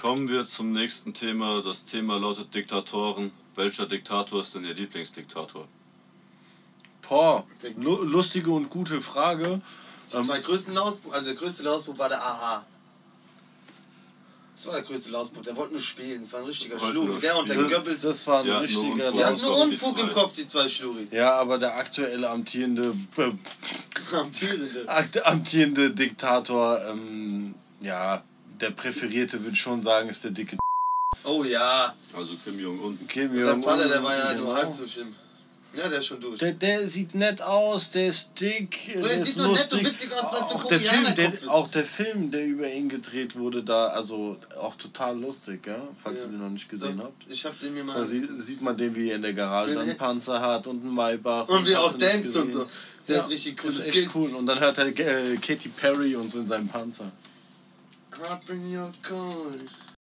Kommen wir zum nächsten Thema. Das Thema lautet Diktatoren. Welcher Diktator ist denn Ihr Lieblingsdiktator? Boah, lu- lustige und gute Frage. Ähm, Die zwei größten Lausbub, also der größte Lausbub war der AH. Das war der größte Lausbub, der wollte nur spielen, das war ein richtiger Wollte nur Schluri. Der und der spielen. Goebbels, Das war ein Ja, nur richtiger Unfug. die hatten nur Lausbub, die Unfug zwei. im Kopf, die zwei Schluris. Ja, aber der aktuelle amtierende, äh, Amtierende. akt- amtierende Diktator, ähm, ja, der Präferierte würde schon sagen, ist der dicke Oh ja, Also Kim Jong-un. Kim sein Jong-un. Vater, der war ja Genau. nur halb so schlimm. Ja, der ist schon durch. der, der sieht nett aus, der ist dick, der, der ist sieht nur nett lustig. und witzig aus, weil es so auch, der Film, Koreanerkopf der, ist. auch der Film, der über ihn gedreht wurde, da, also auch total lustig, ja, falls Ja. ihr den noch nicht gesehen Doch, habt. Ich hab den mir mal. Da sieht, sieht man den, wie er in der Garage einen Panzer hat und einen Maybach. Und wie hast auch du nicht danzt und gesehen. so. Der hat richtig cooles ist echt Kind. cool. Und dann hört er äh, Katy Perry und so in seinem Panzer. Hot bring your cold.